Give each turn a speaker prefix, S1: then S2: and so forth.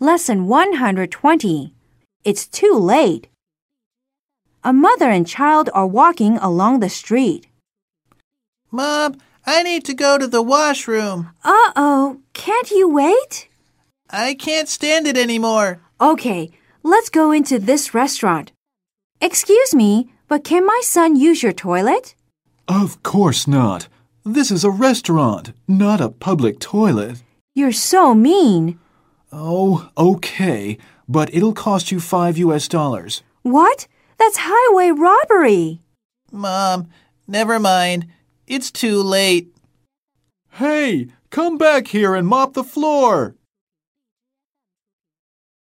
S1: Lesson 120. It's too late. A mother and child are walking along the street.
S2: Mom, I need to go to the washroom.
S1: Uh oh, can't you wait?
S2: I can't stand it anymore.
S1: Okay, let's go into this restaurant. Excuse me, but can my son use your toilet?
S3: Of course not. This is a restaurant, not a public toilet.
S1: You're so mean.
S3: Oh, okay, but it'll cost you 5 US dollars.
S1: What? That's highway robbery.
S2: Mom, never mind. It's too late.
S3: Hey, come back here and mop the floor.